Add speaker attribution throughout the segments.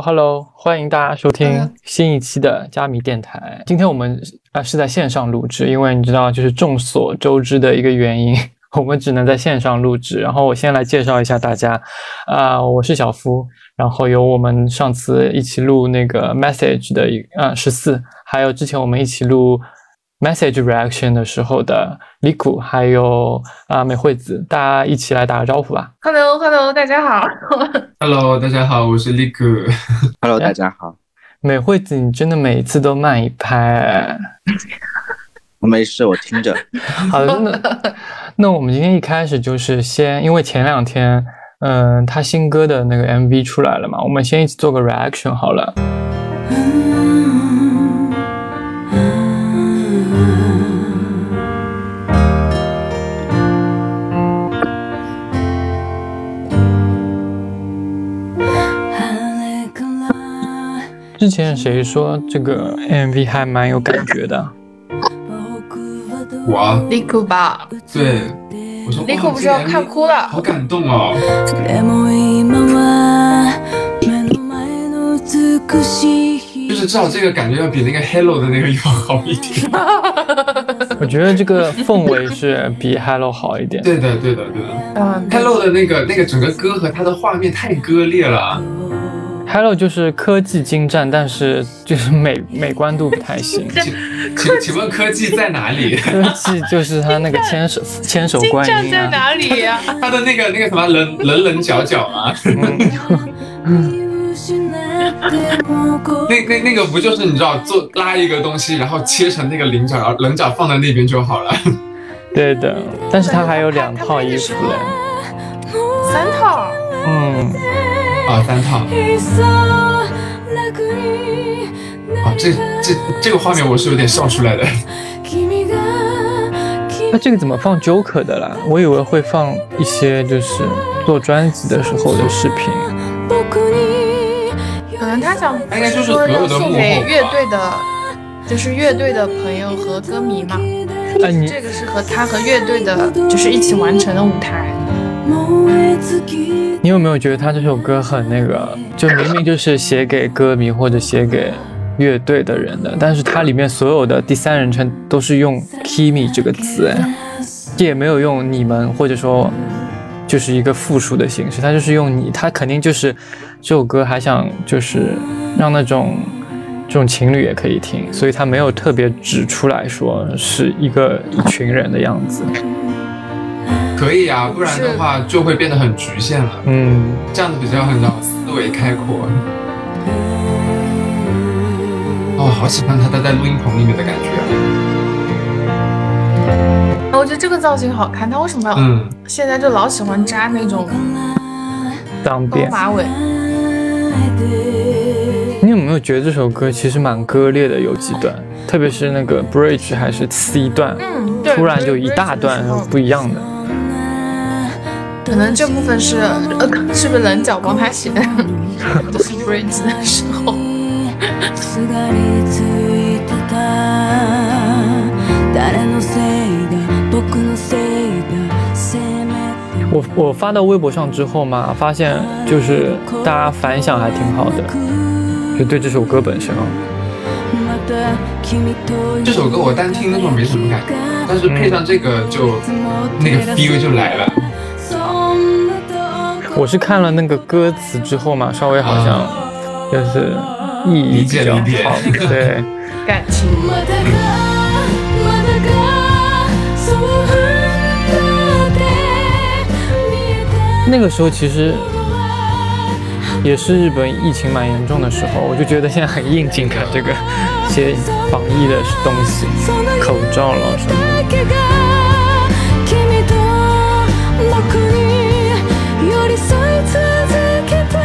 Speaker 1: Hello，Hello，欢迎大家收听
Speaker 2: Hello
Speaker 1: 新一期的加米电台。今天我们啊、呃是在线上录制，因为你知道，就是众所周知的一个原因， 我们只能在线上录制。然后我先来介绍一下大家，啊、我是小夫，然后有我们上次一起录那个 Message 的一啊十四，还有之前我们一起录 Message Reaction 的时候的李谷，还有啊、美惠子，大家一起来打个招呼吧。
Speaker 2: Hello，Hello，大家好。
Speaker 3: Hello，大家好，我是 l i k u
Speaker 4: Hello，
Speaker 1: 哎
Speaker 4: 大家好，
Speaker 1: 美惠子，你真的每一次都慢一拍。
Speaker 4: 哦没事，我听着。
Speaker 1: 好的，那那我们今天一开始就是先，因为前两天，嗯、他新歌的那个 MV 出来了嘛，我们先一起做个 reaction 好了。之前谁说这个 MV 还蛮有感觉的？
Speaker 3: 我啊
Speaker 2: リク吧，
Speaker 3: 对，我说
Speaker 2: リク不是要看哭
Speaker 3: 哇好
Speaker 2: 了？
Speaker 3: 感动哦。
Speaker 5: でも今は目の前の美しい
Speaker 3: 就是至少这个感觉要比那个 Hello 的那个要好一点。
Speaker 1: 我觉得这个氛围是比 Hello 好一点。
Speaker 3: 对的，对的，对的。
Speaker 2: 嗯，
Speaker 3: Hello 的那个那个整个歌和它的画面太割裂了。啊
Speaker 1: Hello 就是科技精湛，但是就是美美观度不太 行。
Speaker 3: 请请问科技在哪里？
Speaker 1: 科技就是他那个千手千手
Speaker 2: 金
Speaker 1: 观
Speaker 2: 站
Speaker 1: 音
Speaker 2: 在
Speaker 1: 啊，
Speaker 2: 哪里呀、
Speaker 3: 它的那个那个什么棱棱棱角角啊， 那那那个不就是你知道做拉一个东西，然后切成那个棱角，然后棱角放在那边就好了。
Speaker 1: 对的。但是他还有两套衣服嘞，
Speaker 2: 三套。
Speaker 1: 嗯，
Speaker 3: 啊，三套。啊，这这这个画面我是有点笑出来的。
Speaker 1: 那这个怎么放 Joker 的啦？我以为会放一些就是做专辑的时候的视频。
Speaker 2: 可能他想
Speaker 3: 应该就是
Speaker 2: 说
Speaker 3: 所有
Speaker 2: 要
Speaker 3: 的幕后
Speaker 2: 送给乐队的，就是乐队的朋友和歌迷嘛。
Speaker 1: 哎，你
Speaker 2: 这个是和他和乐队的，就是一起完成的舞台。
Speaker 1: 你有没有觉得他这首歌很那个？就明明就是写给歌迷或者写给乐队的人的，但是它里面所有的第三人称都是用 Kimi 这个词，哎，也没有用你们，或者说就是一个复数的形式，它就是用你，它肯定就是这首歌还想就是让那种这种情侣也可以听，所以它没有特别指出来说是一个一群人的样子，
Speaker 3: 可以啊，不然的话就会变得很局限了。
Speaker 1: 嗯。
Speaker 3: 这样子比较很让思维开阔。哦，好喜欢他待在录音棚里面的感觉。啊
Speaker 2: 哎我觉得这个造型好看，他为什么要、
Speaker 3: 嗯，
Speaker 2: 现在就老喜欢扎那种
Speaker 1: 当
Speaker 2: 高
Speaker 1: 变，
Speaker 2: 哦马尾？
Speaker 1: 你有没有觉得这首歌其实蛮割裂的？有几段，特别是那个 bridge 还是 C 段，
Speaker 2: 嗯，对，
Speaker 1: 突然就一大段
Speaker 2: 就是
Speaker 1: 不一样的。
Speaker 2: 可能这部分是呃，是不是棱角帮他写 的？就是 bridge 的时候，
Speaker 5: すがりついてた誰のせいだ僕のせいだせめて
Speaker 1: 我我发到微博上之后嘛，发现就是大家反响还挺好的，就对这首歌本身啊，
Speaker 5: また君と
Speaker 3: 这首歌我单听那种没什么感觉，但是配上这个就那个 feel 就来了。
Speaker 1: 我是看了那个歌词之后嘛，稍微好像就是意义
Speaker 3: 理
Speaker 1: 比
Speaker 3: 解
Speaker 1: 较
Speaker 3: 嗯理解
Speaker 1: 好，对。
Speaker 2: 感情。
Speaker 5: またかまたかそうなって見えた
Speaker 1: 那个时候其实也是日本疫情蛮严重的时候，我就觉得现在很应景啊看这个一些防疫的东西，口罩了什么。
Speaker 5: だけが君と僕に寄り添い続けた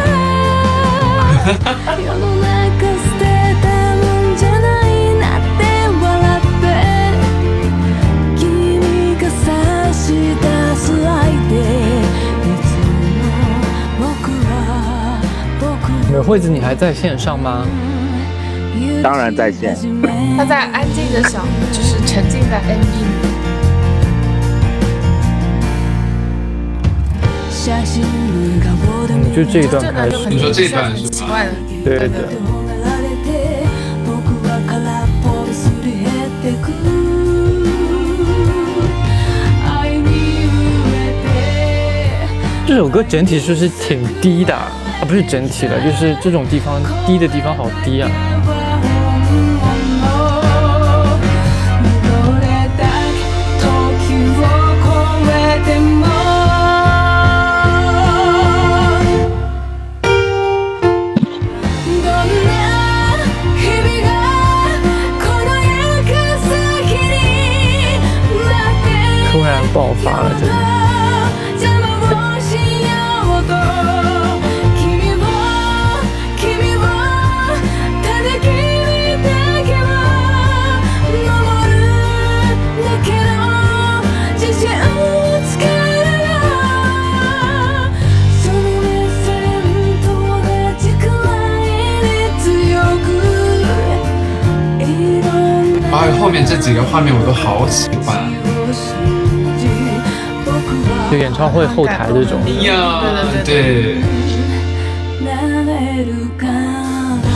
Speaker 5: 世の中捨てたもんじゃないなって笑って君が差し出す相手いつも僕は僕
Speaker 1: 美惠子，你还在线上吗？
Speaker 4: 当然在线
Speaker 2: 他在安静的想，就是沉浸 E 在 MV 里。
Speaker 5: 「
Speaker 1: 就这一段
Speaker 2: 这
Speaker 1: 开
Speaker 2: 段就
Speaker 1: 始
Speaker 2: 很
Speaker 3: 你说这段是吧
Speaker 2: 很奇怪的，
Speaker 1: 对对对。这首歌整体就是挺低的啊，不是整体了，就是这种地方低的地方好低啊。突然爆发了，真的。
Speaker 3: 哎，后面这几个画面我都好喜欢。啊
Speaker 1: 就演唱会后台这种，
Speaker 3: 哎呀，
Speaker 2: 对对
Speaker 3: 对，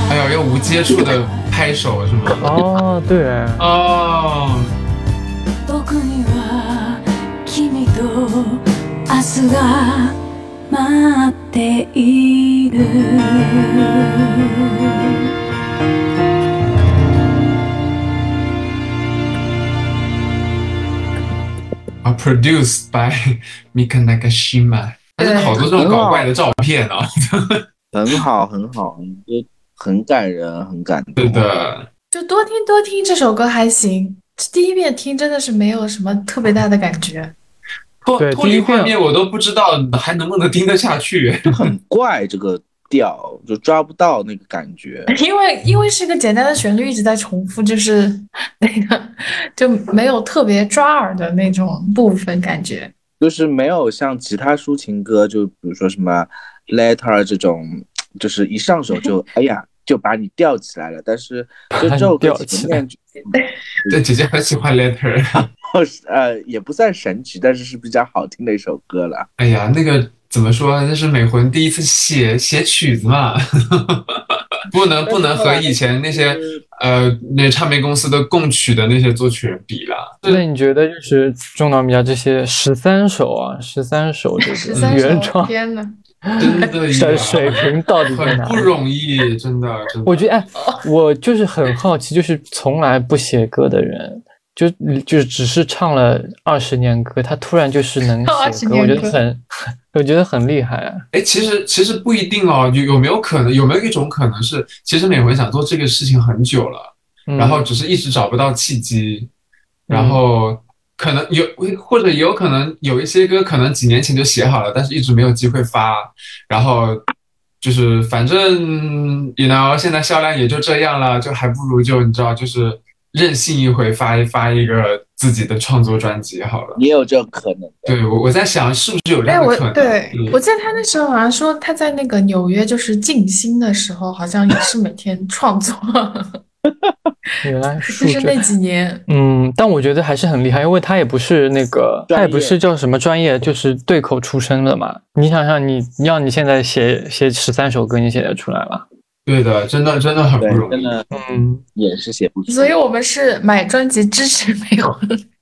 Speaker 3: 还有一个无接触的拍手是吗？
Speaker 1: 哦，对，
Speaker 3: 哦，
Speaker 5: 僕には君と明日が待っている
Speaker 3: 啊，produced by Mika Nakashima，他真的好多这种搞怪的照片啊，
Speaker 4: 很好，很好，就很感人，很感动。
Speaker 3: 对的，
Speaker 2: 就多听多听这首歌还行。第一遍听真的是没有什么特别大的感觉，
Speaker 3: 脱
Speaker 1: 对
Speaker 3: 脱离
Speaker 1: 第一遍
Speaker 3: 画面我都不知道还能不能听得下去。
Speaker 4: 就很怪这个调，就抓不到那个感觉。
Speaker 2: 因为因为是个简单的旋律一直在重复，就是 那个就没有特别抓耳的那种部分感觉。
Speaker 4: 就是没有像其他抒情歌，就比如说什么《Letter》这种，就是一上手就哎呀就把你吊起来了。但是就这首歌
Speaker 1: 把你吊起
Speaker 4: 前
Speaker 1: 来
Speaker 4: 面就
Speaker 3: 对，姐姐很喜欢 Letter，
Speaker 4: 呃也不算神曲，但是是比较好听的一首歌了。
Speaker 3: 哎呀，那个怎么说？那是美魂第一次写写曲子嘛， 不能不能和以前那些呃那唱片公司的供曲的那些作曲人比了。
Speaker 1: 那你觉得就是中岛美嘉这些十三首啊，十三首这
Speaker 2: 十
Speaker 1: 个
Speaker 2: 三首
Speaker 1: 嗯原，创
Speaker 2: 天呐，
Speaker 3: 真的
Speaker 1: 的 水
Speaker 3: 呀，
Speaker 1: 平到底在
Speaker 3: 很
Speaker 1: 哪
Speaker 3: 不
Speaker 1: 里？
Speaker 3: 容易，真的真的。
Speaker 1: 我觉得，哎，我就是很好奇，就是从来不写歌的人，就就只是唱了二十年歌，他突然就是能 写
Speaker 2: 20
Speaker 1: 歌，我
Speaker 2: 年
Speaker 1: 觉得
Speaker 2: 歌
Speaker 1: 很， 我觉得很厉害啊。
Speaker 3: 哎，其实其实不一定哦，有有没有可能？有没有一种可能是，其实美魂想做这个事情很久了，
Speaker 1: 嗯
Speaker 3: 然后只是一直找不到契机，然
Speaker 1: 嗯
Speaker 3: 后可能有或者也有可能有一些歌可能几年前就写好了，但是一直没有机会发，然后就是反正你 know 现在销量也就这样了，就还不如就你知道就是任性一回发一发一个自己的创作专辑好了。
Speaker 4: 也有这可能。
Speaker 3: 对我我在想是不是有这
Speaker 2: 哎，
Speaker 3: 样的
Speaker 2: 我
Speaker 3: 可能？
Speaker 2: 对
Speaker 3: 嗯
Speaker 2: 我记得他那时候好像说他在那个纽约就是静心的时候，好像也是每天创作，
Speaker 1: 原来
Speaker 2: 就是是
Speaker 1: 这
Speaker 2: 那
Speaker 1: 样。
Speaker 2: 几年。
Speaker 1: 嗯，但我觉得还是很厉害，因为他也不是那个，
Speaker 4: 专
Speaker 1: 他也
Speaker 4: 业
Speaker 1: 不是叫什么专业，就是对口出身的嘛。你想想你，你让你现在写写十三首歌，你写得出来吗？
Speaker 3: 对的，真的真的很不
Speaker 4: 对，
Speaker 3: 容
Speaker 4: 真
Speaker 3: 易。
Speaker 4: 的
Speaker 1: 嗯，
Speaker 4: 也是写不出。
Speaker 2: 所以我们是买专辑支持美魂，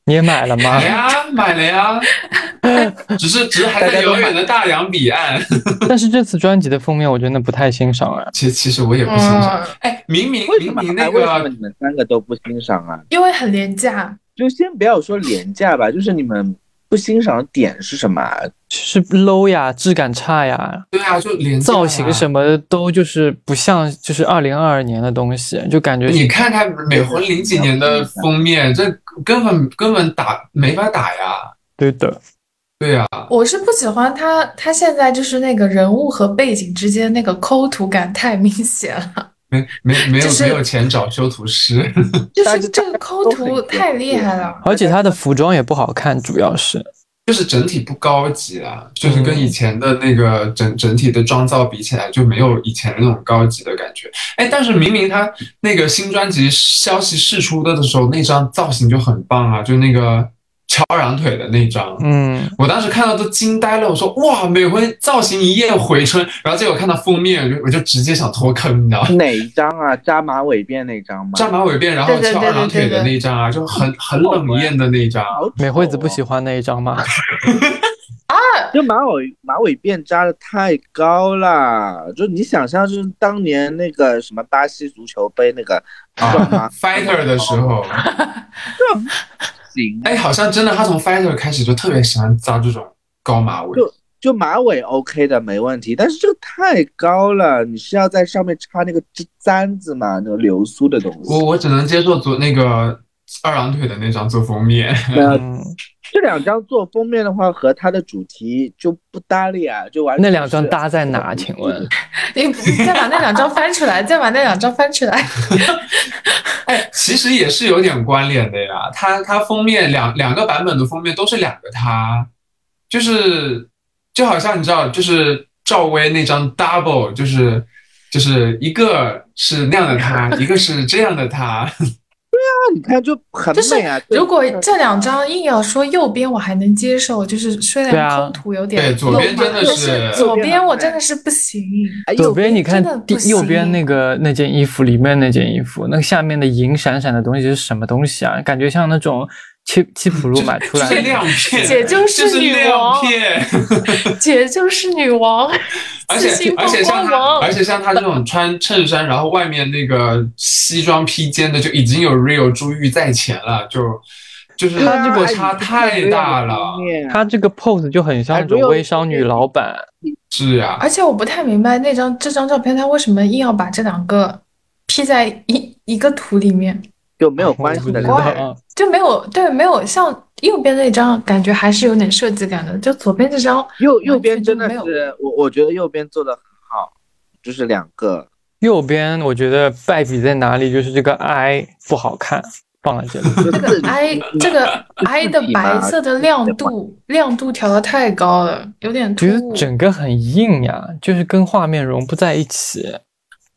Speaker 1: 你也买了吗
Speaker 3: 买 了？呀，买了呀，只是只是还在遥远的大洋彼岸。
Speaker 1: 但是这次专辑的封面我真的不太欣赏啊。
Speaker 3: 其实其实我也不欣
Speaker 1: 嗯
Speaker 3: 赏。哎，明明
Speaker 4: 嗯为什
Speaker 3: 明
Speaker 4: 么？
Speaker 3: 明
Speaker 4: 哎
Speaker 3: 那
Speaker 4: 为什么
Speaker 3: 个
Speaker 4: 你们三个都不欣赏啊？
Speaker 2: 因为很廉价。
Speaker 4: 就先不要说廉价吧，就是你们不欣赏的点是什么啊？
Speaker 1: 就是 low 呀，质感差呀，
Speaker 3: 对啊，就连
Speaker 1: 造型什
Speaker 3: 么？
Speaker 1: 么的都就是不像就是二零二二年的嗯东西，就感觉
Speaker 3: 你看看美魂零几年的封面，这根本根本打没法打呀。
Speaker 1: 对的，
Speaker 3: 对啊呀、
Speaker 2: 我是不喜欢他，他现在就是那个人物和背景之间那个抠图感太明显了，
Speaker 3: 没没没有、
Speaker 2: 就是
Speaker 3: 没有钱找修图师，
Speaker 2: 就
Speaker 4: 大
Speaker 2: 是
Speaker 4: 家
Speaker 2: 这个抠图太厉害了。
Speaker 1: 而且他的服装也不好看，主要是
Speaker 3: 就是整体不高级啊，就是跟以前的那个整整体的妆造比起来，就没有以前那种高级的感觉。哎，但是明明他那个新专辑消息释出的的时候，那张造型就很棒啊，就那个翘二郎腿的那一张，
Speaker 1: 嗯，
Speaker 3: 我当时看到都惊呆了，我说哇，美魂造型一夜回春，然后结果看到封面，我就我就直接想脱坑，你知道
Speaker 2: 嗯
Speaker 3: 吗？
Speaker 4: 哪一张啊？扎马尾辫那张吗？
Speaker 3: 扎马尾辫，然后
Speaker 2: 对对对
Speaker 3: 翘二郎腿
Speaker 2: 对对
Speaker 3: 的那一张啊，就很很冷艳的那一张，
Speaker 4: 好丑哦
Speaker 1: 美惠子不喜，欢那一张吗？
Speaker 4: 就马尾马尾辫扎的太高了，就你想象就是当年那个什么巴西足球杯那个撞马
Speaker 3: 啊，fighter 的时候，
Speaker 4: 型，
Speaker 3: 哎，好像真的他从 fighter 开始就特别喜欢扎这种高马尾，
Speaker 4: 就就马尾 OK 的没问题，但是这个太高了，你是要在上面插那个簪簪子嘛，那种流苏的东
Speaker 3: 我
Speaker 4: 西。
Speaker 1: 哦
Speaker 3: 我只能接受做那个二郎腿的那张做封面，
Speaker 4: 那
Speaker 1: 嗯，
Speaker 4: 这两张做封面的话，和它的主题就不搭理啊，就完全
Speaker 1: 那两张
Speaker 4: 是
Speaker 1: 搭在哪？请问？
Speaker 2: 你你再把那两张翻出来，再把那两张翻出来。
Speaker 3: 其实也是有点关联的呀。它它封面两两个版本的封面都是两个他，就是就好像你知道，就是赵薇那张 double 就是。就是一个是那样的他，一个是这样的他，
Speaker 4: 那你看就很
Speaker 2: 就是
Speaker 4: 美啊。
Speaker 2: 如果这两张硬要说右边，我还能接受，就是虽
Speaker 1: 对啊
Speaker 2: 然构图有
Speaker 3: 对
Speaker 2: 点
Speaker 3: 左
Speaker 2: 漏
Speaker 3: 边
Speaker 2: 嘛
Speaker 3: 真的
Speaker 2: 但
Speaker 3: 是
Speaker 2: 左边我真的是不行。
Speaker 4: 哎
Speaker 1: 左边你看
Speaker 2: 真的不
Speaker 1: 第
Speaker 2: 行
Speaker 1: 右边那个那件衣服里面那件衣服，那个下面的银闪闪的东西是什么东西啊？感觉像那种七七浦路买出来
Speaker 3: 就是
Speaker 1: 的。
Speaker 3: 亮片，
Speaker 2: 姐就是
Speaker 3: 就是
Speaker 2: 女
Speaker 3: 亮
Speaker 2: 王
Speaker 3: 片，
Speaker 2: 姐就是女王，
Speaker 3: 而
Speaker 2: 自
Speaker 3: 且
Speaker 2: 信
Speaker 3: 而且
Speaker 2: 爆
Speaker 3: 像
Speaker 2: 光
Speaker 3: 他，
Speaker 2: 王
Speaker 3: 而。且像他这种穿衬衫，然后外面那个西装披肩的，就已经有 real 珠玉在前了，就就是
Speaker 1: 他
Speaker 4: 哎
Speaker 1: 这个
Speaker 3: 落差太大了，
Speaker 4: 啊
Speaker 1: 她这个 pose 就很像那种微商女老板，
Speaker 3: 是呀、
Speaker 2: 而且我不太明白那张这张照片，他为什么硬要把这两个 P 在一一个图里面，
Speaker 4: 就没有关系
Speaker 1: 我
Speaker 4: 的两
Speaker 1: 不知
Speaker 4: 张。
Speaker 1: 道啊。
Speaker 2: 就没有对没有像右边那张感觉还是有点设计感的，就左边这张
Speaker 4: 右右边真的
Speaker 2: 完全就没
Speaker 4: 是我，我觉得右边做的很好，就是两个
Speaker 1: 右边我觉得败笔在哪里，就是这个 I 不好看，放在这 里。
Speaker 4: 这个
Speaker 2: I 这个 I 的白色的亮度亮度调的太高了，有点突
Speaker 1: 觉得
Speaker 2: 兀。
Speaker 1: 整个很硬呀，就是跟画面融不在一起。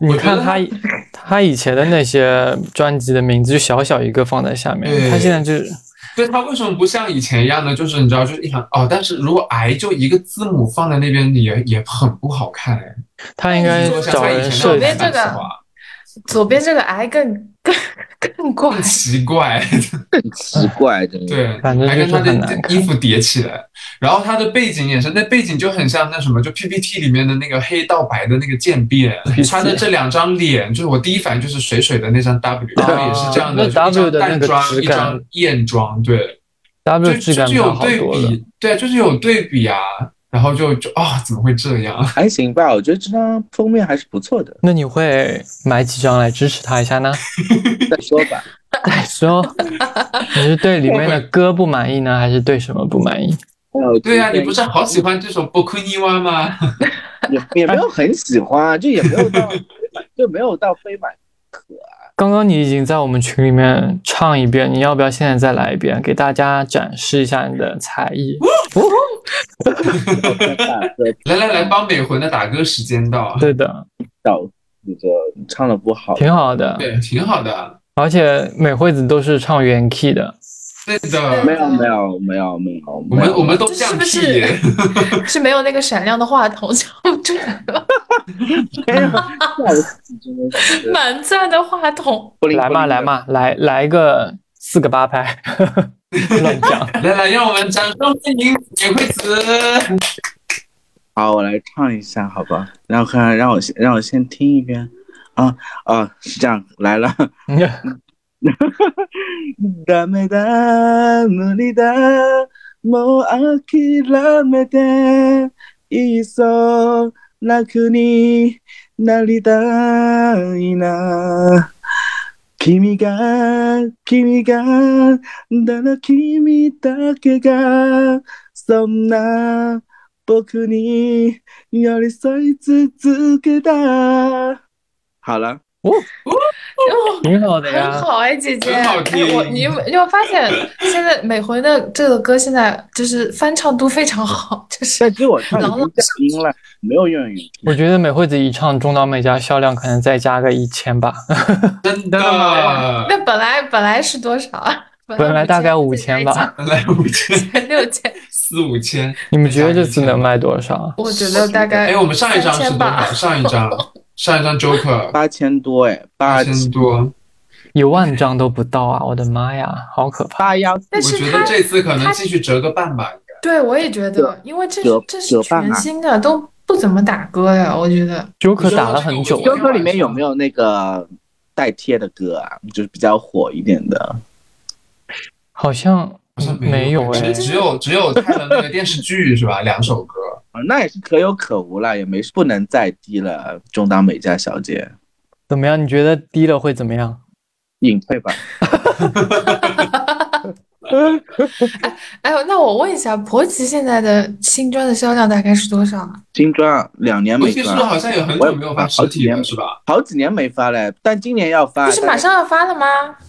Speaker 1: 你
Speaker 3: 我觉
Speaker 1: 看
Speaker 3: 得
Speaker 1: 他以，他以前的那些专辑的名字就小小一个放在下面，
Speaker 3: 对
Speaker 1: 他现在就是
Speaker 3: 对他为什么不像以前一样呢？就是你知道，就是一想哦，但是如果癌就一个字母放在那边也也很不好看哎。
Speaker 1: 他应该
Speaker 3: 如果像
Speaker 1: 找
Speaker 3: 他以
Speaker 1: 人
Speaker 3: 前
Speaker 1: 设
Speaker 2: 左
Speaker 1: 计
Speaker 2: 边
Speaker 3: 样
Speaker 2: 这
Speaker 3: 子
Speaker 2: 个
Speaker 3: 的话，
Speaker 2: 左边这个 I 更更更怪
Speaker 3: 更，奇怪。
Speaker 4: 很奇怪，真的。
Speaker 3: 对，
Speaker 1: 反正
Speaker 3: 还跟
Speaker 1: 就是
Speaker 3: 他
Speaker 1: 很难
Speaker 3: 的
Speaker 1: 看
Speaker 3: 衣服叠起来，然后他的背景也是，那背景就很像那什么，就 PPT 里面的那个黑到白的那个渐变，穿的这两张脸，就是我第一反应就是水水的那张 W，
Speaker 1: 啊
Speaker 3: 然后也是这样的，
Speaker 1: 那
Speaker 3: 就是
Speaker 1: W 的那
Speaker 3: 一张淡
Speaker 1: 个
Speaker 3: 妆，
Speaker 1: 质
Speaker 3: 一
Speaker 1: 感
Speaker 3: 张艳妆，对，就
Speaker 1: W 质
Speaker 3: 就
Speaker 1: 感
Speaker 3: 是
Speaker 1: 好
Speaker 3: 有
Speaker 1: 好
Speaker 3: 对
Speaker 1: 多了。
Speaker 3: 比，对，就是有对比啊，然后就就啊、怎么会这样？
Speaker 4: 还行吧，我觉得这张封面还是不错的。
Speaker 1: 那你会买几张来支持他一下 呢？
Speaker 4: 再说 吧，
Speaker 1: 再说，你是对里面的歌不满意呢，还是对什么不满意？
Speaker 3: 对啊
Speaker 1: 啊
Speaker 3: 呀、你不是好喜欢这首《波库尼娃》吗？
Speaker 4: 也呃也没有很喜欢，啊就也没 有到就没有到非买可。
Speaker 1: 刚刚你已经在我们群里面唱一遍，你要不要现在再来一遍，给大家展示一下你的才艺？
Speaker 4: 我在大哥
Speaker 3: 来来来，帮美魂的打歌时间到，
Speaker 1: 对的，
Speaker 4: 找那个唱的不好，
Speaker 1: 挺好的。
Speaker 3: 对，挺好的，
Speaker 1: 而且美惠子都是唱原 key 的，
Speaker 3: 对的。
Speaker 4: 没有没有没有没有，
Speaker 3: 我们我们都
Speaker 2: 这
Speaker 3: 降
Speaker 2: 是不是
Speaker 3: P，
Speaker 2: 是没有那个闪亮的话筒唱不出来了？
Speaker 4: 天啊，笑死，真的是
Speaker 2: 满赞的话筒，
Speaker 4: 不灵
Speaker 1: 来嘛来，嘛，来来个四个八拍， 乱 讲。
Speaker 3: 来来，让我们掌声欢迎美惠子。
Speaker 4: 不灵的好，我来唱一下，好吧？然后看让我先让我先听一遍，啊啊，是这样来了。ダメだ、無理だ、もう諦めて、いっそ楽になりたいな。君が、君が、だな君だけが、そんな僕に寄り添い続けた。好了。
Speaker 2: 哦
Speaker 1: 挺好的
Speaker 2: 很
Speaker 1: 呀，
Speaker 2: 好哎，姐姐，
Speaker 3: 很好
Speaker 2: 哎
Speaker 3: 听
Speaker 2: 我你有你有发现现在美魂的这个歌现在就是翻唱度非常好，就是
Speaker 4: 但其实我唱已经降音了，没有用语。
Speaker 1: 我觉得美惠子一唱《中岛美嘉》，销量可能再加个一千吧。
Speaker 3: 真
Speaker 1: 的吗
Speaker 3: 的，
Speaker 2: 那本来本来是多少啊？
Speaker 1: 本来大概五千吧，
Speaker 3: 来五千、
Speaker 2: 六 千，
Speaker 3: 四五千。
Speaker 1: 你们觉得这次能卖多少？
Speaker 2: 我觉得大概
Speaker 3: 哎，我们上一张是
Speaker 2: 三千
Speaker 3: 多
Speaker 2: 吧
Speaker 3: 少？上一张，上一 张 Joker
Speaker 4: 八千多哎，
Speaker 3: 八
Speaker 2: 啊
Speaker 4: 八
Speaker 3: 千多。
Speaker 1: 一万张都不到啊！我的妈呀，好可怕！
Speaker 4: 八幺
Speaker 2: 但
Speaker 3: 我
Speaker 2: 是
Speaker 3: 觉
Speaker 2: 他
Speaker 3: 得这次可能继续折个半吧。
Speaker 2: 对我也觉得
Speaker 4: 折，
Speaker 2: 因为这
Speaker 4: 折
Speaker 2: 这是
Speaker 4: 折半啊
Speaker 2: 全新的，都不怎么打歌呀，我觉得。
Speaker 1: j o k e r 打了很久
Speaker 3: 你，说
Speaker 4: 优歌里面有没有那个带贴的歌啊？就是比较火一点的。
Speaker 1: 好像
Speaker 3: 好像
Speaker 1: 没有哎
Speaker 3: 只。只有只有看了那个电视剧是吧？ 两首歌，
Speaker 4: 啊那也是可有可无啦，也没不能再低了。中岛美嘉小姐，
Speaker 1: 怎么样？你觉得低了会怎么样？
Speaker 4: 隐退吧。
Speaker 2: 哎呦，那我问一下，婆吉现在的新专的销量大概是多少啊？
Speaker 4: 新专两年
Speaker 3: 我
Speaker 4: 没啊
Speaker 3: 听说
Speaker 4: 发，
Speaker 3: 好像有很久没有发实体了是吧？
Speaker 4: 好几年没发嘞，但今年要发。
Speaker 2: 不是马上要发了吗？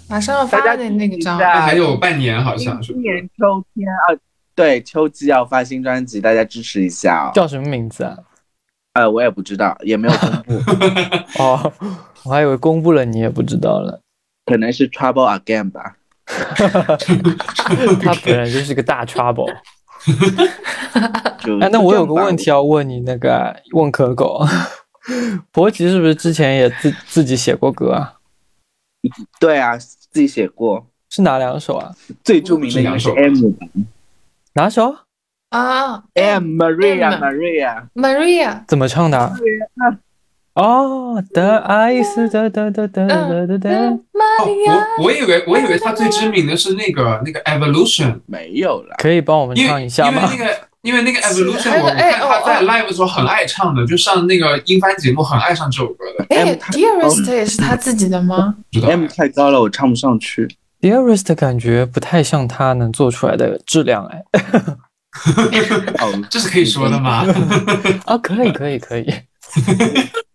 Speaker 2: 马上要发
Speaker 4: 啊大家
Speaker 2: 的那个张
Speaker 4: 大，家
Speaker 3: 那还有半年好
Speaker 4: 大家
Speaker 3: 像是
Speaker 4: 今。年秋天啊，对，秋季要发新专辑，大家支持一下哦。
Speaker 1: 叫什么名字啊？
Speaker 4: 呃，我也不知道，也没有公布，
Speaker 1: 哦，我还以为公布了你也不知道了。
Speaker 4: 可能是 Trouble Again 吧。
Speaker 1: 他本来就是个大 trouble。
Speaker 4: 就
Speaker 1: 哎，那我有个
Speaker 4: 就这样吧
Speaker 1: 问题要问你，那个问可 狗，伯奇是不是之前也自自己写过歌啊？
Speaker 4: 对啊，自己写过，
Speaker 1: 是哪两首啊？
Speaker 4: 最著名的应该是
Speaker 3: 这两
Speaker 4: M 吧
Speaker 1: 哪首？
Speaker 2: 啊
Speaker 4: M Maria
Speaker 2: M
Speaker 4: Maria。
Speaker 2: ，Maria，
Speaker 1: 怎么唱的啊？哦，的爱是的的的的的的的
Speaker 2: 嗯，
Speaker 3: 哦，
Speaker 2: ，Maria，
Speaker 3: 我我以为我以为他最知名的是那个那个 Evolution，
Speaker 4: 没有啦，
Speaker 1: 可以帮我们
Speaker 3: 因
Speaker 1: 唱
Speaker 3: 为
Speaker 1: 一下吗
Speaker 3: 因为那？个因为那个
Speaker 2: 是
Speaker 3: Evolution，我
Speaker 2: 哎
Speaker 3: 看他
Speaker 2: 哦
Speaker 3: 在
Speaker 2: 哦
Speaker 3: live 的时候很爱唱的，就上那个英翻节目很爱唱这首歌的，
Speaker 2: 哎
Speaker 4: M 太
Speaker 2: ，Dearest 也是他自己的吗？
Speaker 3: 不知道
Speaker 4: M 太高了，我唱不上 去。
Speaker 1: Dearest 的感觉不太像他能做出来的质量哎。
Speaker 4: 哦，
Speaker 3: 这是可以说的吗？
Speaker 1: 啊，可以可以可以。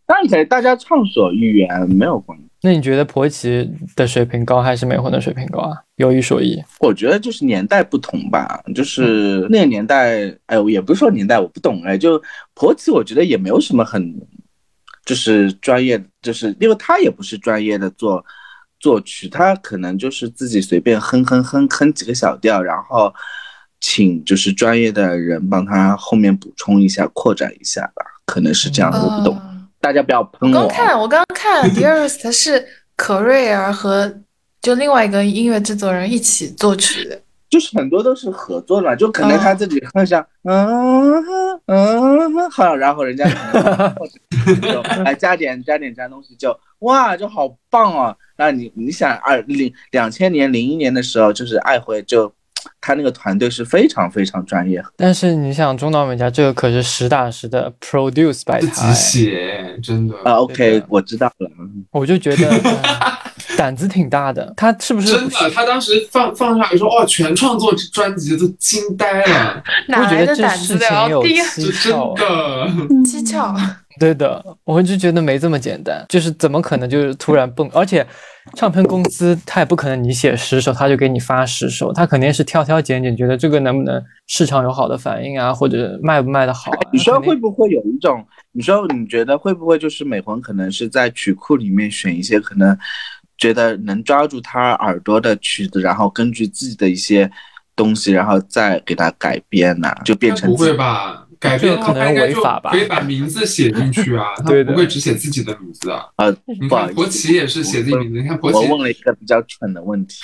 Speaker 4: 当然可以，大家畅所欲言，没有关系。
Speaker 1: 那你觉得婆媳的水平高还是美魂的水平高啊？有一说一，
Speaker 4: 我觉得就是年代不同吧，就是那个年代，哎，我也不是说年代我不懂，哎，就婆媳，我觉得也没有什么很，就是专业，就是因为他也不是专业的作作曲，他可能就是自己随便哼哼哼哼几个小调，然后请就是专业的人帮他后面补充一下、扩展一下吧，可能是这样的，我不懂，
Speaker 2: 啊
Speaker 4: 大家不要喷
Speaker 2: 我刚
Speaker 4: 我啊。
Speaker 2: 看，我刚看 Dearest 是可瑞尔和就另外一个音乐制作人一起作曲的。
Speaker 4: 就是很多都是合作的嘛，就可能他自己哼上，嗯嗯，好，然后人家可能就来加点加点加东西就，哇，就好棒哦。那你你想二零两千年零一年的时候，就是爱回就他那个团队是非常非常专业，
Speaker 1: 但是你想中岛美嘉这个可是实打实的 produce by
Speaker 3: 自
Speaker 1: 他
Speaker 3: 己
Speaker 1: 哎，
Speaker 3: 写，真的。
Speaker 4: 啊，OK，
Speaker 1: 对的
Speaker 4: 我知道了，
Speaker 1: 我就觉得、嗯 胆子挺大的。他是不是
Speaker 3: 真的，他当时放放上来说，哇，全创作专辑都惊呆 了，
Speaker 1: 我
Speaker 2: 哪
Speaker 1: 觉
Speaker 2: 来
Speaker 1: 得
Speaker 2: 的
Speaker 1: 这
Speaker 2: 胆
Speaker 1: 事
Speaker 2: 子
Speaker 1: 情
Speaker 2: 了？
Speaker 1: 有
Speaker 2: 第一
Speaker 3: 这
Speaker 1: 蹊
Speaker 3: 真
Speaker 1: 跷啊。
Speaker 3: 的。
Speaker 2: 蹊跷，
Speaker 1: 对的，我就觉得没这么简单，就是怎么可能就是突然蹦？而且，唱片公司他也不可能你写十首他就给你发十首，他肯定是挑挑拣拣，觉得这个能不能市场有好的反应啊，或者卖不卖的好啊。
Speaker 4: 哎你说
Speaker 1: 肯定
Speaker 4: 会不会有一种？你说你觉得会不会就是美魂可能是在曲库里面选一些可能觉得能抓住他耳朵的曲子，然后根据自己的一些东西，然后再给他改编呐、就变成
Speaker 3: 不
Speaker 4: 自己
Speaker 3: 会吧？改编的话
Speaker 1: 这个可能
Speaker 3: 应该就
Speaker 1: 违法吧
Speaker 3: 可以把名字写进去 啊，他
Speaker 1: 对的
Speaker 3: 不会只写自己的名字啊。
Speaker 4: 呃，
Speaker 3: 你
Speaker 4: 不好
Speaker 3: 看
Speaker 4: 意
Speaker 3: 国
Speaker 4: 思，
Speaker 3: 旗也是写自己名字，你看国
Speaker 4: 我
Speaker 3: 旗
Speaker 4: 问了一个比较蠢的问题。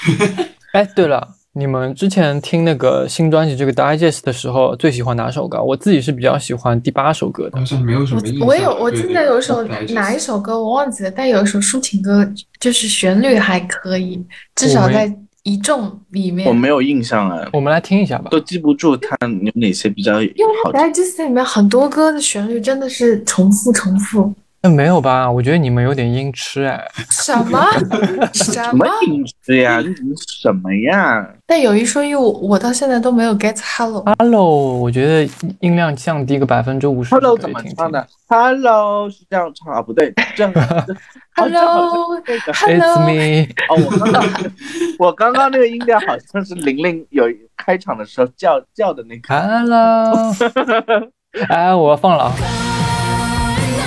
Speaker 1: 哎，对了，你们之前听那个新专辑这个 Digest 的时候，最喜欢哪首歌？我自己是比较喜欢第八首歌的
Speaker 3: 好像没有什么印象。
Speaker 2: 我我有，啊我
Speaker 3: 对
Speaker 2: 记得有一首
Speaker 3: 对
Speaker 2: 哪一首歌我忘记了，但有一首抒情歌，就是旋律还可以，至
Speaker 1: 我
Speaker 2: 少
Speaker 1: 没
Speaker 2: 在一众里面
Speaker 4: 我。没有印象啊，
Speaker 1: 我们来听一下吧。
Speaker 4: 都记不住它有哪些比较
Speaker 2: 因为
Speaker 4: 好
Speaker 2: 它
Speaker 4: 的。
Speaker 2: 在 j u s t 里面很多歌的旋律真的是重复重复，
Speaker 1: 那没有吧？我觉得你们有点音痴哎。
Speaker 2: 什么 什
Speaker 4: 什
Speaker 2: 么？
Speaker 4: 么影视呀？你怎么什么呀？
Speaker 2: 但有一说一，我我到现在都没有 get hello。
Speaker 1: Hello，我觉得音量降低个百分之五十。
Speaker 4: Hello 怎么唱的？Hello 是这样唱啊？不对，这样哦这好像
Speaker 2: Hello，
Speaker 4: 这个
Speaker 1: It's
Speaker 2: Hello，
Speaker 1: me。
Speaker 4: 哦，我刚刚我刚刚那个音调好像是玲玲有开场的时候叫叫的那个，
Speaker 1: Hello 。哎，我放了。啊。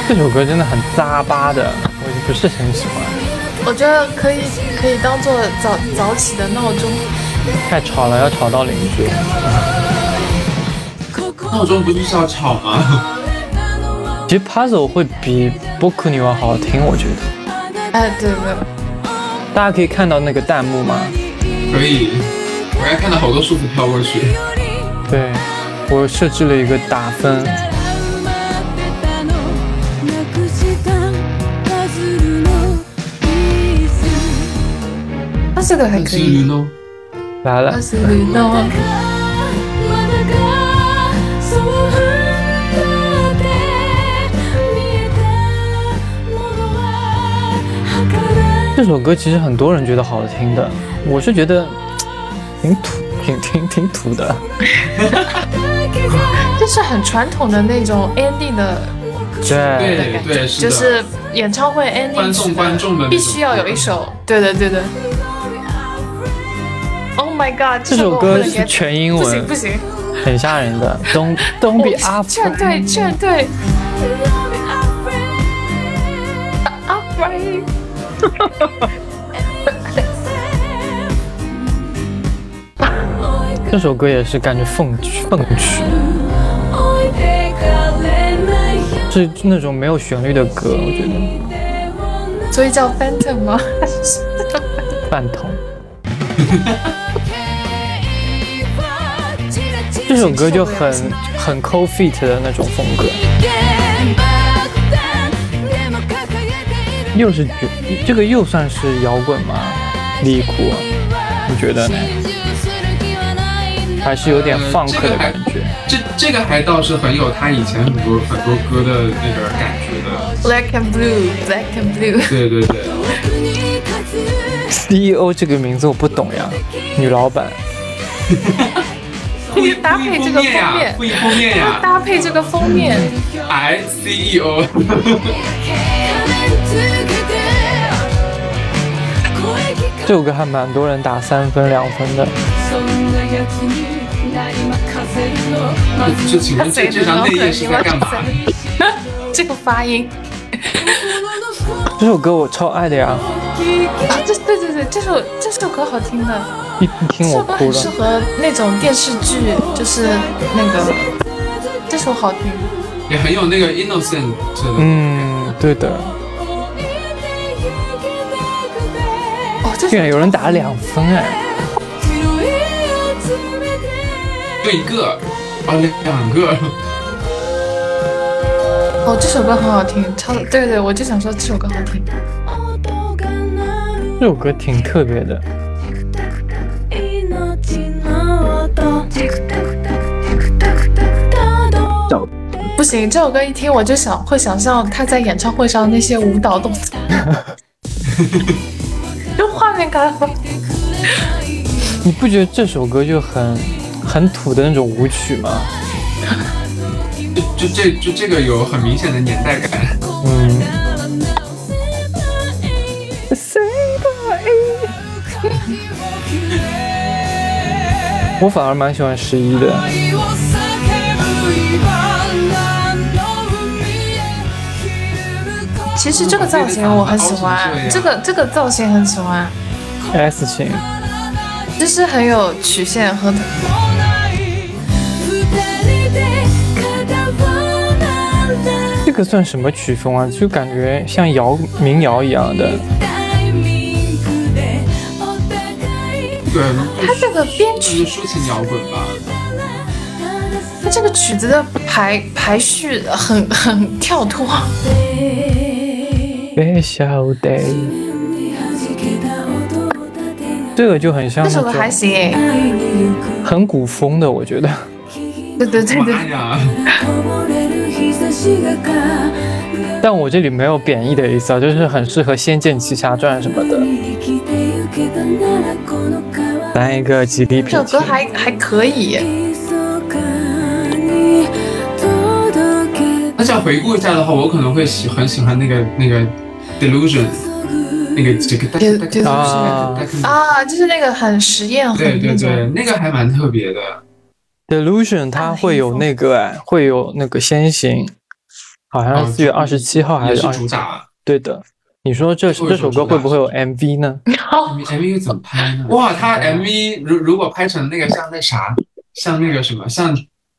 Speaker 1: 这首歌真的很扎巴的，我不是很喜欢。
Speaker 2: 我觉得可以可以当做早早起的闹钟。
Speaker 1: 太吵了，要吵到邻居。
Speaker 3: 闹钟不就是要吵吗？
Speaker 1: 其实 Puzzle 会比 Book 女王好好听，我觉得。
Speaker 2: 哎，对对，
Speaker 1: 大家可以看到那个弹幕吗？
Speaker 3: 可以，我刚才看到好多数字飘过去。
Speaker 1: 对，我设置了一个打分，
Speaker 2: 那这个还可以。
Speaker 3: 呢？
Speaker 1: 来了
Speaker 2: 那。是绿诺，
Speaker 1: 这首歌其实很多人觉得好听的，我是觉得嘖挺土，挺挺挺土的。
Speaker 2: 就是很传统的那种 ending 的
Speaker 1: 对，
Speaker 3: 对哎对，是
Speaker 2: 就
Speaker 3: 的。
Speaker 2: 是演唱会 ending
Speaker 3: 观众
Speaker 2: 曲
Speaker 3: 观众的那
Speaker 2: 必
Speaker 3: 种
Speaker 2: 须要有一首，对的对的。Oh my god！
Speaker 1: 这首歌是全英
Speaker 2: 不行
Speaker 1: 文
Speaker 2: 不，行，
Speaker 1: 很吓人的。Don't Don't
Speaker 2: 我
Speaker 1: be afraid。
Speaker 2: 劝退劝退，Upgrade。
Speaker 1: 这首歌也是感觉奉曲奉曲，是那种没有旋律的歌，我觉得
Speaker 2: 所以叫 Phantom 吗？
Speaker 1: 饭桶。这首歌就很很 cold feet 的那种风格，又是这个又算是摇滚吗？离谱，你觉得呢？还是有点
Speaker 3: 呃
Speaker 1: 放
Speaker 3: 这
Speaker 1: 克的
Speaker 3: 个还
Speaker 1: 感觉？
Speaker 3: 这这个还倒是很有他以前很多很多歌的那个感觉的。
Speaker 2: Black and Blue，Black and Blue，
Speaker 3: 对对对，
Speaker 1: CEO E 这个名字我不懂呀，女老板，
Speaker 3: 故意
Speaker 2: 搭配这个封面
Speaker 3: 故意封面呀，
Speaker 2: 搭配这个封面，
Speaker 3: 故意封面呀，I E CEO，
Speaker 1: 这首歌还蛮多人打三分、两分的。
Speaker 3: 就请问这这张内页是在干嘛？
Speaker 2: 这个发音
Speaker 1: 这首歌我超爱的呀，
Speaker 2: 啊，这对对对，这首这首歌好听的，
Speaker 1: 一一听
Speaker 2: 这
Speaker 1: 我
Speaker 2: 首歌
Speaker 1: 哭
Speaker 2: 很适
Speaker 1: 了。
Speaker 2: 合那种电视剧，就是那个这首好听。
Speaker 3: 也很有那个 innocent 的。
Speaker 1: 嗯，对的，
Speaker 2: 哦，这
Speaker 1: 居然
Speaker 2: 首
Speaker 1: 有人打两分哎！
Speaker 3: 就一个，啊两两个，
Speaker 2: 哦这首歌很好听，超对对，我就想说这首歌好听。
Speaker 1: 这首歌挺特别的，
Speaker 2: 不行，这首歌一听我就想会想象他在演唱会上那些舞蹈动 作，就画面感很
Speaker 1: 你不觉得这首歌就很很土的那种舞曲吗？
Speaker 3: 就就这就这个有很明显的年代感。
Speaker 1: 嗯。我反而蛮喜欢十一的，
Speaker 2: 其实这个造型我很喜欢，这个这个造型很喜欢，
Speaker 1: S 型，
Speaker 2: 就是很有曲线和
Speaker 1: 这个算什么曲风啊？就感觉像摇民谣一样的，
Speaker 3: 对，
Speaker 2: 它这个编
Speaker 3: 就是
Speaker 2: 曲，
Speaker 3: 抒情摇滚吧。
Speaker 2: 它这个曲子的排排序很很跳脱。
Speaker 1: 别笑得，这个就很像
Speaker 2: 这
Speaker 1: 那
Speaker 2: 首歌
Speaker 1: 种
Speaker 2: 还行哎，
Speaker 1: 很古风的，我觉得。
Speaker 2: 对对对
Speaker 3: 妈
Speaker 2: 对，
Speaker 3: 呀，
Speaker 1: 但我这里没有贬义的意思啊，就是很适合《仙剑奇侠传》什么的。来一个极力
Speaker 2: 这
Speaker 1: 比
Speaker 2: 首歌还还可以。
Speaker 3: 那这样回顾一下的话，我可能会喜很喜欢那个那个 delusion，那个这个
Speaker 2: 也对
Speaker 1: 啊
Speaker 2: 啊，就是那个很实验，
Speaker 3: 对
Speaker 2: 很
Speaker 3: 对
Speaker 2: 那
Speaker 3: 对
Speaker 2: 种，
Speaker 3: 那个还蛮特别的。
Speaker 1: Delusion 它会有那个哎，会有那个先行，好像
Speaker 3: 哦
Speaker 1: 哦是四月二十七号还
Speaker 3: 也
Speaker 1: 是
Speaker 3: 是
Speaker 1: 二
Speaker 3: 主打，
Speaker 1: 对的，你说这这首歌会不会有 MV 呢？
Speaker 2: 哦
Speaker 3: MV MV 怎么拍呢？哇，他
Speaker 2: 啊
Speaker 3: MV 如如果拍成那个像那啥，像那个什么，像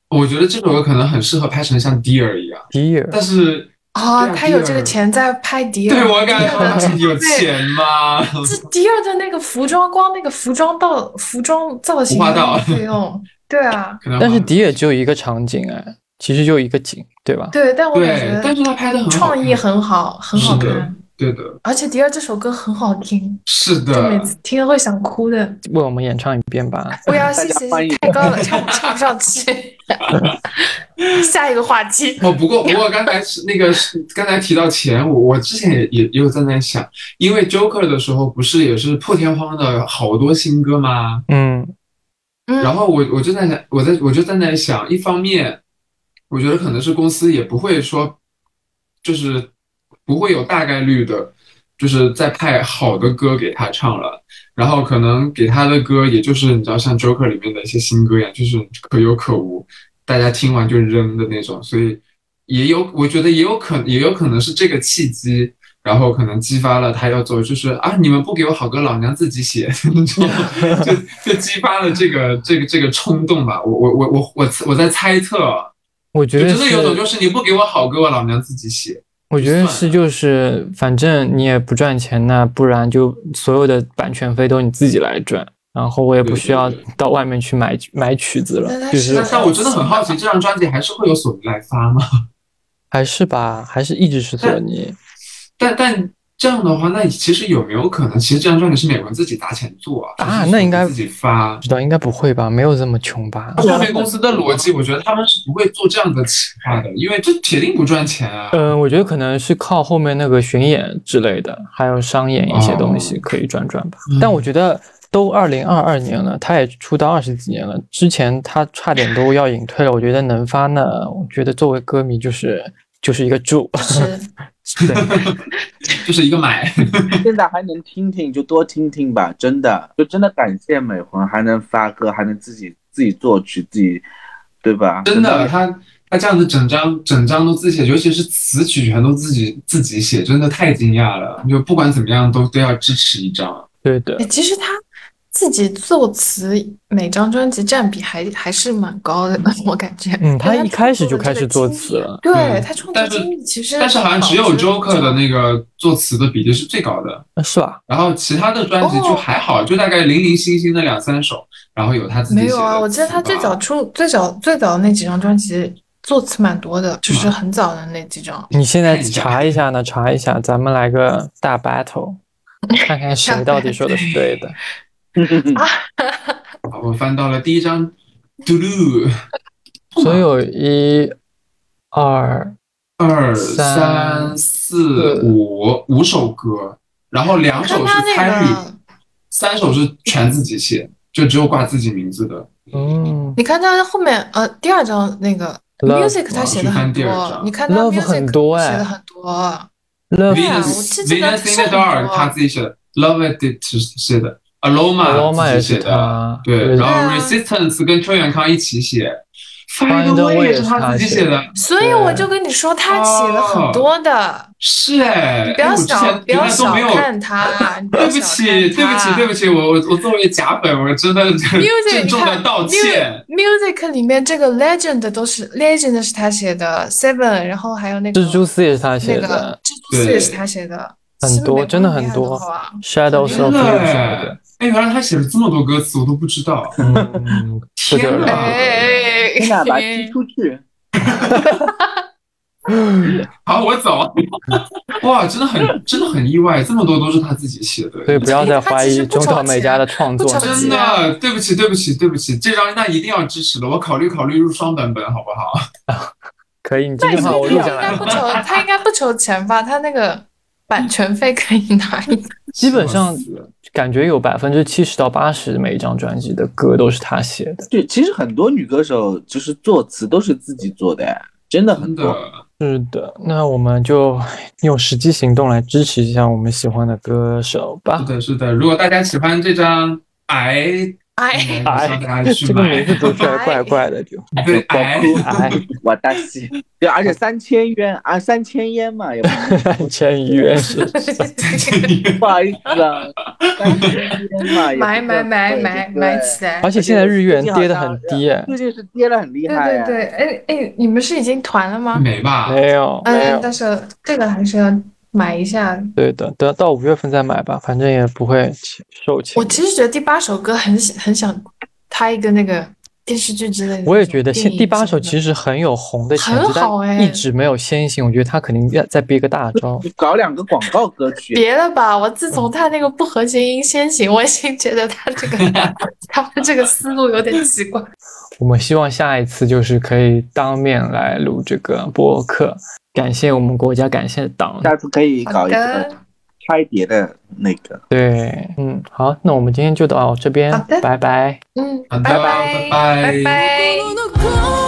Speaker 3: 我觉得这首歌可能很适合拍成像 Dear 一样，
Speaker 1: 迪尔
Speaker 3: 但是
Speaker 2: 啊、
Speaker 3: 对啊
Speaker 2: 他有这
Speaker 3: 迪
Speaker 2: 个
Speaker 3: 尔
Speaker 2: 钱在拍迪尔，
Speaker 3: 对我感觉
Speaker 2: 迪尔的
Speaker 3: 他有钱吗？
Speaker 2: 这 迪尔的那个服装，光那个服装到服装造型
Speaker 3: 服化道
Speaker 2: 费用，对啊，
Speaker 3: 可能
Speaker 1: 但是迪尔只有一个场景哎，其实就一个景，对吧？
Speaker 2: 对，但我感
Speaker 3: 对，
Speaker 2: 觉
Speaker 3: 但是他拍的很好
Speaker 2: 创意
Speaker 3: 看
Speaker 2: 很好，很好
Speaker 3: 是的
Speaker 2: 看，
Speaker 3: 对的，
Speaker 2: 而且迪尔这首歌很好听，
Speaker 3: 是
Speaker 2: 就每
Speaker 3: 的，
Speaker 2: 次听了会想哭的。
Speaker 1: 为我们演唱一遍吧。
Speaker 2: 不要
Speaker 4: 大
Speaker 2: 谢
Speaker 4: 家
Speaker 2: 谢，
Speaker 4: 翻译
Speaker 2: 太高了，唱唱不上去。下一个话题，
Speaker 3: 哦，不过不过，刚才是那个是刚才提到钱，我我之前也也也有在那想，因为 Joker 的时候不是也是破天荒的好多新歌吗？
Speaker 1: 嗯，
Speaker 2: 嗯
Speaker 3: 然后我我就在那我在我就在那想，一方面，我觉得可能是公司也不会说，就是不会有大概率的，就是再派好的歌给他唱了。然后可能给他的歌，也就是你知道像 Joker 里面的一些新歌一样，就是可有可无，大家听完就扔的那种。所以也有，我觉得也有可也有可能是这个契机，然后可能激发了他要做，就是啊，你们不给我好歌，老娘自己写，就 就就激发了这个这个这个冲动吧。我我我我我我在猜测，
Speaker 1: 我觉
Speaker 3: 就
Speaker 1: 得
Speaker 3: 真的
Speaker 1: 是
Speaker 3: 有种就是你不给我好歌，我老娘自己写。
Speaker 1: 我觉得
Speaker 3: 算
Speaker 1: 是，
Speaker 3: 了
Speaker 1: 就是反正你也不赚钱那不然就所有的版权费都你自己来赚，然后我也不
Speaker 3: 对
Speaker 1: 需要
Speaker 3: 对对
Speaker 1: 到外面去买买曲子
Speaker 2: 那
Speaker 1: 了，
Speaker 2: 他
Speaker 1: 就是是
Speaker 3: 但但我真的很好奇，这张专辑还是会有索尼来发吗？
Speaker 1: 还是吧，还是一直是索尼。
Speaker 3: 但但这样的话，那其实有没有可能，其实这张专辑是美国人自己砸钱做啊？
Speaker 1: 啊
Speaker 3: 还是
Speaker 1: 那应该
Speaker 3: 自己发
Speaker 1: 不。知道应该不会吧？没有这么穷吧？
Speaker 3: 唱片公司的逻辑，我觉得他们是不会做这样的企划的，因为这铁定不赚钱啊。
Speaker 1: 嗯、我觉得可能是靠后面那个巡演之类的，还有商演一些东西可以转转吧。
Speaker 3: 嗯
Speaker 1: 但我觉得都二零二二年了，他也出道二十几年了，之前他差点都要隐退了。我觉得能发呢，我觉得作为歌迷就是就是一个 祝。
Speaker 2: 是
Speaker 1: 对，
Speaker 3: 就是一个买。
Speaker 4: 现在还能听听，就多听听吧，真的，就真的感谢美魂，还能发歌，还能自己自己作曲，自己，对吧？
Speaker 3: 真的，他他这样子整张整张都自己写，尤其是词曲全都自己自己写，真的太惊讶了。就不管怎么样，都都要支持一张。
Speaker 1: 对的
Speaker 2: 哎，，其实他自己作词，每张专辑占比还还是蛮高的， 我感觉。
Speaker 1: 嗯，他
Speaker 2: 因为
Speaker 1: 一开始
Speaker 2: 创
Speaker 1: 就
Speaker 2: 作的
Speaker 1: 开
Speaker 2: 这
Speaker 1: 始
Speaker 2: 个
Speaker 1: 作
Speaker 2: 经历
Speaker 1: 词了。
Speaker 2: 对
Speaker 3: 嗯
Speaker 2: 他创作
Speaker 3: 但是
Speaker 2: 经历其实，
Speaker 3: 但是好像只有 Joker 的那个作词的比例是最高的，
Speaker 1: 啊是吧？
Speaker 3: 然后其他的专辑
Speaker 2: 哦
Speaker 3: 就还好，就大概零零星星的两三首，然后有他自己
Speaker 2: 没
Speaker 3: 写的
Speaker 2: 有啊，我记得他最早出最早最早的那几张专辑作词蛮多的，
Speaker 3: 嗯
Speaker 2: 就是很早的那几张。
Speaker 1: 你现在
Speaker 3: 看一下
Speaker 1: 查一下呢，查一下，咱们来个大 battle，看看谁到底说的是对的。
Speaker 3: 好我翻到了第一张。嘟噜，
Speaker 1: 所以有一、二、
Speaker 3: 二
Speaker 1: 三
Speaker 3: 三四五五首歌，然后两首是
Speaker 2: 看他
Speaker 3: 参
Speaker 2: 那
Speaker 3: 与，
Speaker 2: 个
Speaker 3: 三首是全自己写，就只有挂自己名字的。
Speaker 1: 嗯。
Speaker 2: 你看他后面呃第二张那个
Speaker 1: Love
Speaker 2: music 他写的很
Speaker 3: 我要去翻第二
Speaker 2: 多，
Speaker 3: 张
Speaker 2: 你看他
Speaker 1: Love
Speaker 2: music
Speaker 1: 很多哎
Speaker 2: 写的很多，对啊
Speaker 1: Love
Speaker 2: 我记
Speaker 3: Venus
Speaker 2: 得这个
Speaker 3: Venus in
Speaker 2: 很
Speaker 3: the
Speaker 2: 多
Speaker 3: Dark 他自己写的，Love It 是写的，Aroma
Speaker 1: Aroma
Speaker 3: 啊自己写
Speaker 1: 也是他
Speaker 3: 的，对，
Speaker 1: 对
Speaker 3: 然后
Speaker 2: 对啊
Speaker 3: Resistance 跟邱元康一起写
Speaker 1: Find a Way
Speaker 3: 也是他自己写的，
Speaker 2: 所以我就跟你说他写了很多的，
Speaker 3: 是哦哎，
Speaker 2: 你不要
Speaker 3: 哎我之前
Speaker 2: 小不
Speaker 3: 原
Speaker 2: 要
Speaker 3: 来都
Speaker 2: 小
Speaker 3: 没有，
Speaker 2: 看 他，你
Speaker 3: 对
Speaker 2: 要
Speaker 3: 不
Speaker 2: 小
Speaker 3: 起，
Speaker 2: 看
Speaker 3: 对不起，
Speaker 2: 他
Speaker 3: 对不起，我我我作为假粉，我真的
Speaker 2: Music，
Speaker 3: 郑重的道歉。
Speaker 2: Music music 里面这个 Legend 都是 Legend 是他写的，Seven，然后还有那个
Speaker 1: 蜘蛛丝也是他
Speaker 2: 那
Speaker 1: 写
Speaker 2: 个
Speaker 1: 的，
Speaker 2: 蜘蛛丝也是他写的，
Speaker 1: 很多真的很
Speaker 2: 很
Speaker 1: 多
Speaker 2: 啊。
Speaker 1: Shadows
Speaker 3: 真
Speaker 1: of
Speaker 3: 的
Speaker 1: You 什么
Speaker 3: 哎
Speaker 1: 的，，
Speaker 3: 哎，原来他写了这么多歌词，我都不知道。
Speaker 1: 嗯，不得
Speaker 3: 天
Speaker 1: 了
Speaker 3: 哪。
Speaker 2: 哎，
Speaker 4: 天哪， 把它踢出去！
Speaker 3: 好，我走。 哇，真的很， 真的很意外，这么多都是他自己写的。
Speaker 1: 所以不要再
Speaker 2: 哎
Speaker 1: 怀疑中岛美嘉的创作
Speaker 2: 他其实不着急
Speaker 1: 能
Speaker 3: 真
Speaker 1: 力。
Speaker 3: 的，对不起，对不起，对不起，这张那一定要支持的，我考虑考虑入双版本，好不好？
Speaker 1: 可以，你这
Speaker 2: 那
Speaker 1: 句
Speaker 2: 应
Speaker 1: 话
Speaker 2: 该
Speaker 1: 我录下来
Speaker 2: 不
Speaker 1: 了。
Speaker 2: 愁，他应该不愁钱吧？他那个版权费可以拿一点。
Speaker 1: 基本上
Speaker 3: 笑死
Speaker 1: 感觉有百分之七十到八十每一张专辑的歌都是他写的，
Speaker 4: 对，其实很多女歌手就是作词都是自己做的，真的很
Speaker 3: 真
Speaker 4: 多。
Speaker 3: 的，
Speaker 1: 是的。那我们就用实际行动来支持一下我们喜欢的歌手吧
Speaker 3: 是。的，是的。如果大家喜欢这张《癌
Speaker 2: 哎，
Speaker 3: 上大家去
Speaker 4: 这个名
Speaker 3: 买。
Speaker 4: 字读出来怪怪的， 就
Speaker 3: 对，哎，
Speaker 4: 哎，我大西， 对，而且三千元啊，三千烟嘛，也不
Speaker 1: 千元是
Speaker 4: 不好意思啊，三千烟嘛，也
Speaker 1: 嗯
Speaker 4: 不
Speaker 2: 买买买
Speaker 4: 贵
Speaker 2: 买
Speaker 4: 对不
Speaker 2: 买
Speaker 4: 对
Speaker 2: 起来！
Speaker 1: 而且现在日元跌得很低耶，
Speaker 4: 最近是跌了很厉
Speaker 2: 对
Speaker 4: 害啊呀、
Speaker 2: 对对，哎哎，你们是已经团了吗？
Speaker 3: 没 吧？
Speaker 1: 哎没有没
Speaker 2: 嗯，
Speaker 1: 有，
Speaker 2: 但是这个还是要买一下。
Speaker 1: 对的，等到五月份再买吧，反正也不会售罄
Speaker 2: 我。其实觉得第八首歌很想很想拍一个那个电视剧之类的那种电影什么的。
Speaker 1: 我也觉得现第八首其实很有红的潜质，
Speaker 2: 很好
Speaker 1: 但
Speaker 2: 哎
Speaker 1: 一直没有先行。我觉得他肯定要再憋个大招。
Speaker 4: 搞两个广告歌曲，
Speaker 2: 别了吧！我自
Speaker 1: 嗯
Speaker 2: 从他那个不和谐音先行，我已经觉得他这个 他们这个思路有点奇怪。
Speaker 1: 我们希望下一次就是可以当面来录这个播客，感谢我们国家，感谢党。
Speaker 4: 下次可以
Speaker 2: 好
Speaker 4: 搞一个
Speaker 2: 的，
Speaker 4: 拆碟的那个。
Speaker 1: 对，嗯，好，那我们今天就到这边
Speaker 2: 好的，
Speaker 1: 拜拜。
Speaker 2: 嗯，
Speaker 3: 好的
Speaker 2: 拜拜，
Speaker 3: 拜拜
Speaker 2: 拜拜。
Speaker 5: 心の声